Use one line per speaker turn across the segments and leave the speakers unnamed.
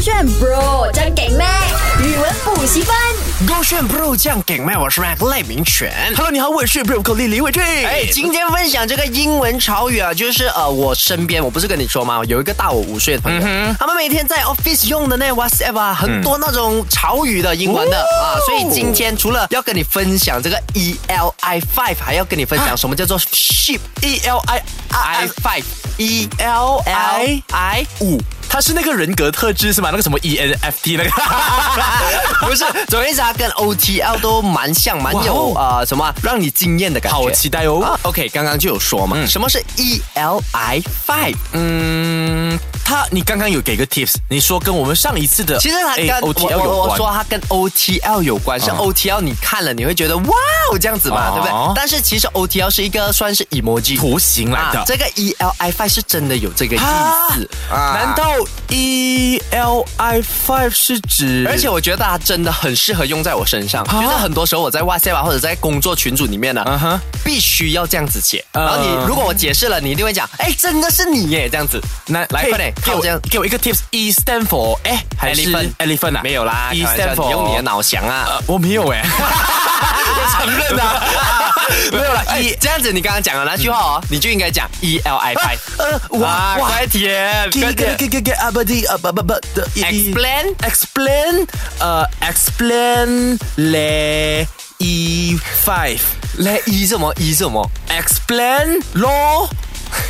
炫 Bro 真给力，语文补习班。
勾炫 Pro 酱给麦，我是 Rap 赖明全。
Hello，你好，我是 Broccoli 李伟俊。
哎，今天分享这个英文潮语啊，就是呃，我身边我不是跟你说吗？有一个大我五岁的
嗯
朋友，他们每天在 office 用的那 WhatsApp 啊，很多那种潮语的英文的、
哦
啊，所以今天除了要跟你分享这个 E L I five，还要跟你分享什么叫做 ship
E L I
I
啊 I E
five E
L I
L I
五，他是那个人格特质是吗？那个什么 E N F T 那个？
不是，总而言之，它跟 O T L 都蛮像，蛮有
哇哦
呃什么啊让你惊艳的感觉。
好期待哦
啊。OK，刚刚就有说嘛，什么是 E L I five？
嗯，他你刚刚有给个 tips，你说跟我们上一次的
其实它
A
跟
哎 O
我
T L
我
有
我说
关。嗯
它跟 O T L 有关，像 O T L 你看了你会觉得哇哦这样子嘛，
哦
对不对？但是其实 O T L 是一个算是 emoji
图形来的
啊这个 E L I five 是真的有这个意思啊
难道 E L I five 是指？
而且我觉得它真的很适合用在我身上，就是很多时候我在 WhatsApp 啊或者在工作群组里面呢、啊
嗯哼
必须要这样子写。
嗯
然后你如果我解释了，你一定会讲，哎，真的是你耶，这样子。
那
来
可以
快点，
给
靠这样
我。给我一个 tips，E stand for 哎还是
Elephant
elephant 啊？
嗯没有啦，
，E
开玩笑
stand for
你用你的脑想啊。
呃，我没有哎、我承认啊，没有了
哎
一。
这样子，你刚刚讲的那句话哦，你就应该讲 E L I
啊
Y。
呃哇
哇，
哇
快点，快点
get get get up the up up up the
，explain。
explain 呃 explain le e five
来，E 什么？E 什么
explain law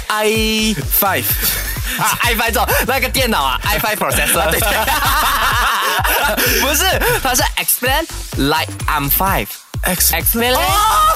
i five
啊？i five 做那个电脑啊，i five processor。对对不是，它是 explain like I'm five。explain
哦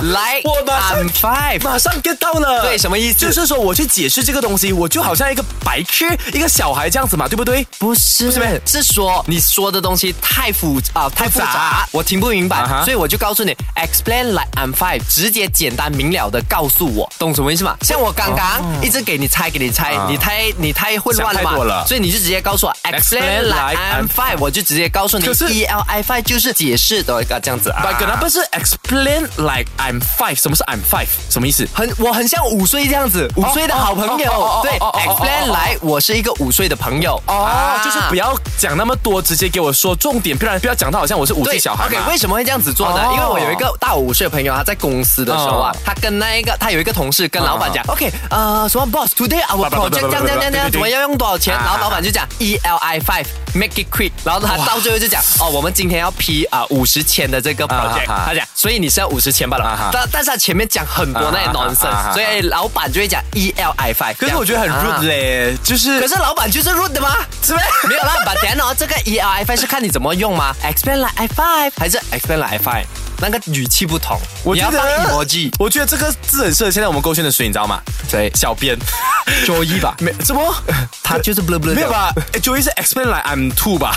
like
我马上
I'm five。
马上 get 到了，
对什么意思
就是说我去解释这个东西，我就好像一个白痴、一个小孩这样子嘛，对不对？
不是，
是咩
是说你说的东西太复啊，太复
复
杂
杂，
我听不明白
啊哈
所以我就告诉你，explain like I'm five，直接简单明了的告诉我，懂什么意思吗？像我刚刚一直给你猜，给你猜，你太你太混乱了
哦啊想太
嘛，
多了
所以你就直接告诉我 explain
Explain
like
like
I'm
I'm
five，我就直接告诉你
可是
，E L I five 就是解释的啊这样子啊。
But 可能不是 explain like I'm five，什么是 I'm five？什么意思？
很，我很像五岁这样子，五岁的好朋
哦哦
友
哦哦。
对
哦哦哦哦
，explain 来，我是一个五岁的朋友。
哦
啊，
就是不要讲那么多，直接给我说重点，不然不要讲到好像我是五岁
对
小孩
OK，
嘛。
为什么会这样子做呢？
哦
因为我有一个大我五岁的朋友，他在公司的时候啊
哦，
他跟那一个他有一个同事跟老板讲，OK，呃，什么 boss，today our
不不不不
project
不
这样这样这样这样，
对对对
怎么要用多少钱？
啊
然后老板就讲 E L I five。Make it quick，然后他到最后 就讲哦，我们今天要批啊五十千的这个 project，、
啊啊啊
他讲，所以你是要五十千吧了，
啊啊
但但是他前面讲很多那些
啊啊啊
nonsense，、
啊啊啊
所以哎老板就会讲 E L I five，
可是我觉得很 rude 嘞，啊就是
可是老板就是 rude 的吗？是不是？没有 啦，把电脑这个 E L I five 是看你怎么用吗？Explain like I five 还是 Explain like I five？那个语气不同，
我
你要
觉得
放 emoji，
我觉得这个字很适合现在我们勾选的水，你知道吗？
谁
小编
周一吧？
没怎么
他就是 blue blue
没有？吧？就一是 explain like I'm two 吧，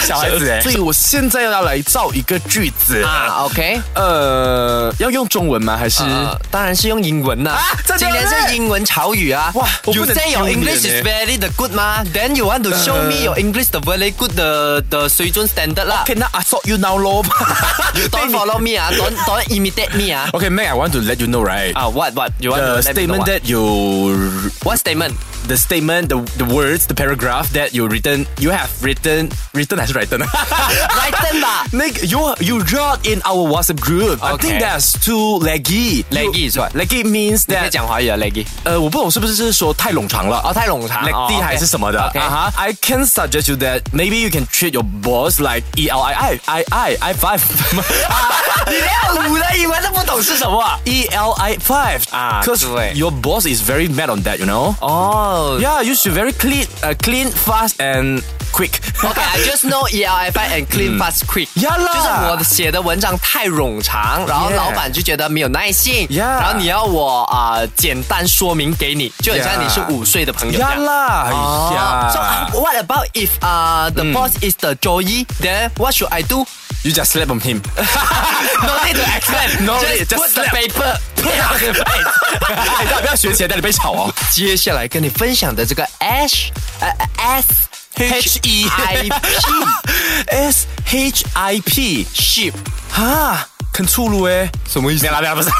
小孩子哎。所以我现在要来造一个句子
啊，OK，
呃，要用中文吗？还是
呃，当然是用英文啦、
啊真的
今天是英文潮语啊。
哇我
，You
不能
say your
丢脸
English is
欸
very the good 吗？Then you want to show me your English the very good 的的水准 standard 啦。
？OK，那 I thought you now low 吧
You don't follow me 啊，don't don't imitate me 啊。
Okay, Meg, I want to let you know, right?
啊，what what you want
the
to let me know
statement
what?
that you
what statement？
the statement the the words the paragraph that you written you have written written 还是 written
？Written 吧。
那个 you you wrote in our WhatsApp group. I
Okay.
think that's too laggy.
Laggy
You-
is what?
Laggy means
你会
that Uh,
讲华语啊，Leggy？
呃，我不懂是不是是说太冗长了 Ah,
哦，太冗长哦
laggy
，OK
还是什么的
OK
啊哈？I can suggest you that maybe you can treat your boss like E L I I I I I five
你连五的英文都不懂是什么、啊？
E L I five
啊
because
Ah, 对 Oh.
your boss is very mad on that, you know.
哦、
Yeah, you should very clean, uh, clean, fast and quick.
OK，I、just know E L F I and clean fast quick、
嗯 Yeah 啦
就是我写的文章太冗长，然后
Yeah
老板就觉得没有耐性
Yeah
然后你要我啊、呃简单说明给你，就很像
Yeah
你是五岁的朋友这
呀 Mm
样。
啦，哎
哦、so
呀
uh,。what about if uh the boss is the Joey? Then what should I do?
You just slap on him.
No need to explain.
No
just
need, just
put the
slap.
paper. Put on the face.
哎，大家不要学起 来，带你被炒哦。
接下来跟你分享的这个 H 呃 S
H E
I P
S H I P
ship
哈很粗鲁哎，
什么意思
没？有啦，没有啦不是，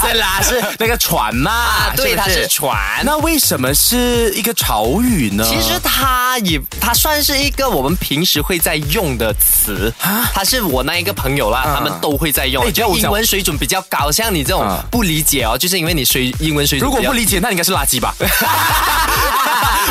不是啦，是那个船呐、
对，它是。船。
那为什么是一个潮语呢？
其实它也，它算是一个我们平时会在用的词。它是我那一个朋友啦，他们都会在用。
啊哎这样
就
我
英
想
文水准比较高，像你这种
啊
不理解哦，就是因为你水英文水准
如果
比较
不理解，那你应该是垃圾吧。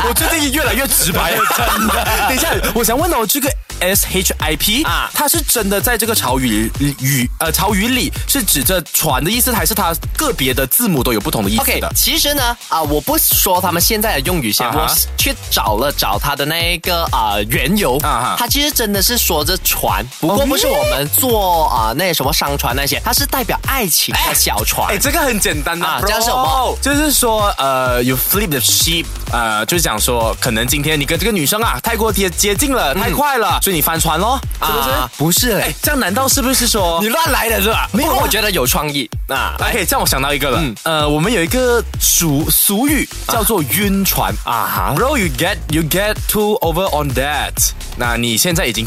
我最近越来越直白了，真的。等一下，我想问哦，这个 S H I P
啊
啊，它是真的在这个潮语里语呃潮语里是指着船的意思，还是它个别的字母都有不同的意思
OK，
的
其实呢，啊、我不说他们现在的用语先
啊哈
我去找了找他的那一个啊、缘由，
啊哈哦
他其实真的是说着船，不过不是我们坐啊、那什么商船那些，它是代表爱情的小船。
哎，这个很简单的、
啊
bro
这样是什么？
就是说，呃，you flip the ship，呃，就是讲说，可能今天你跟这个女生啊太过接接近了，太快了，所以你翻船咯，是不是？
嗯啊
不是，哎，这样难道是不是说
你乱来的是吧？没有，
有啊
我觉得有创意啊。
OK，这样我想到一个了，
嗯
呃，我们有一个俗俗语叫做晕船啊哈，Bro you get you get too over on that，那你现在已经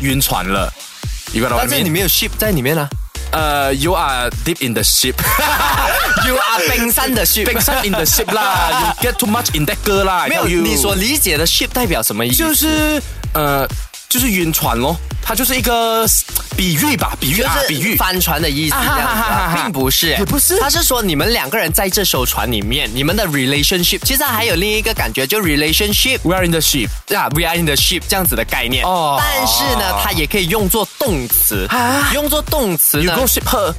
晕船了。You got
但是
what I
你
mean？
没有 ship 在里面啊，
呃、y o u are deep in the ship，
有啊，冰山的 ship，
冰山 in the ship 啦，you get too much in that girl 啦。
没有
you-
你所理解的 ship 代表什么意思？
就是呃，就是晕船咯，它就是一个比喻吧，比喻
就
啊，
是
比喻。
帆船的意思，这样子
啊哈哈
啊
哈哈
并不是，
也不是
他是说你们两个人在这艘船里面，你们的 relationship，其实还有另一个感觉，就 relationship。
We are in the ship，
啊，we are in the ship 这样子的概念，
哦
但是呢，它也可以用作动词，用作动词
you
呢
go，ship her。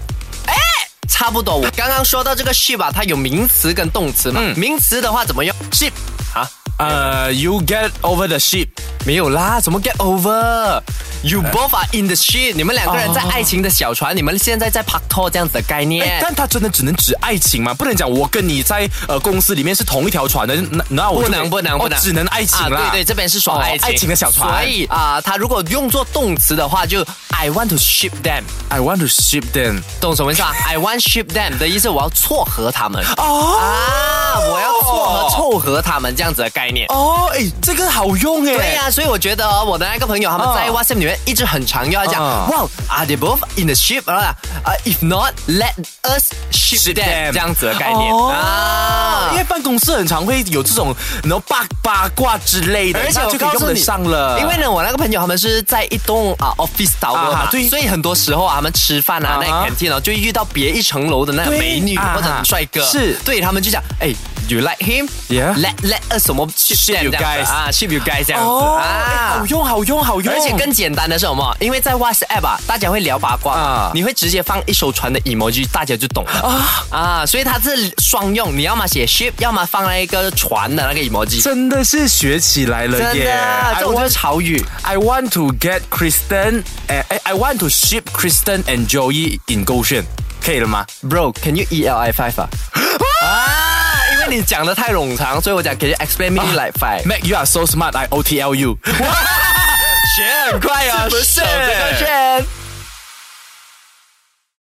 差不多。我刚刚说到这个 ship 啊，它有名词跟动词嘛，名词的话怎么用？ship 啊，
呃、y o u get over the ship。
没有啦，怎么 get over？You both are in the ship，你们两个人在爱情的小船，你们现在在拍拖这样子的概
哎
念，。
但他真的只能指爱情吗？不能讲我跟你在呃公司里面是同一条船的，那那我
不
就
能不能不能，
哦只能爱情啦。
啊对对，这边是说
哦
爱情、
爱情的小船
所以啊，它如果用作动词的话，就 I want to ship them，
I want to ship them。
懂什么意思 啊？I want ship them 的意思，我要撮合他们
哦
啊，我要撮合凑合他们这样子的概念。
哦，哎，这个好用 哎。
对呀、所以我觉得哦我的那个朋友他们在
哦
WhatsApp 里面一直很常用，他讲
哦
Wow are they both in the ship？然后啊，If not let us ship
Ship
them
them
这样子的概念
哦
啊
因。为办公室很常会有这种，然后八八卦之类的，
而且
那
我
就可
告
以用
诉
得
你，
上了。
因为呢，我那个朋友他们是在一栋啊 office tower
啊
嘛
哈，对
所以很多时候啊，他们吃饭啊，
啊
那
哈
canteen 哦，就遇到别一层楼的那种
对
美女
啊哈
或者很帅哥，
是
对他们就讲，哎，you like
Yeah
him，let let us 什么 ship
you
them 这样子
guys
啊，ship you guys 这样子
哦，哎
啊
好。用好用好用，
而且更简单的是什么？因为在 WhatsApp 啊，大家会聊八卦，
啊
你会直接放一艘船的 emoji，大家就懂了啊啊！所以它是双用，你要么写 ship，要么放那一个船的那个 emoji，
真的是学起来了
真
耶
的，这
I
种就是
want
潮语。
I want to get Kristen，哎哎，I want to ship Kristen and Joey in Goshen，可以了吗？
Bro，can you E L I five 啊？啊，因为你讲的太冗长，所以我讲 Can you explain me like five？
Mac, you are so smart. I O T L you.
学很快啊，
是不是
手这个圈。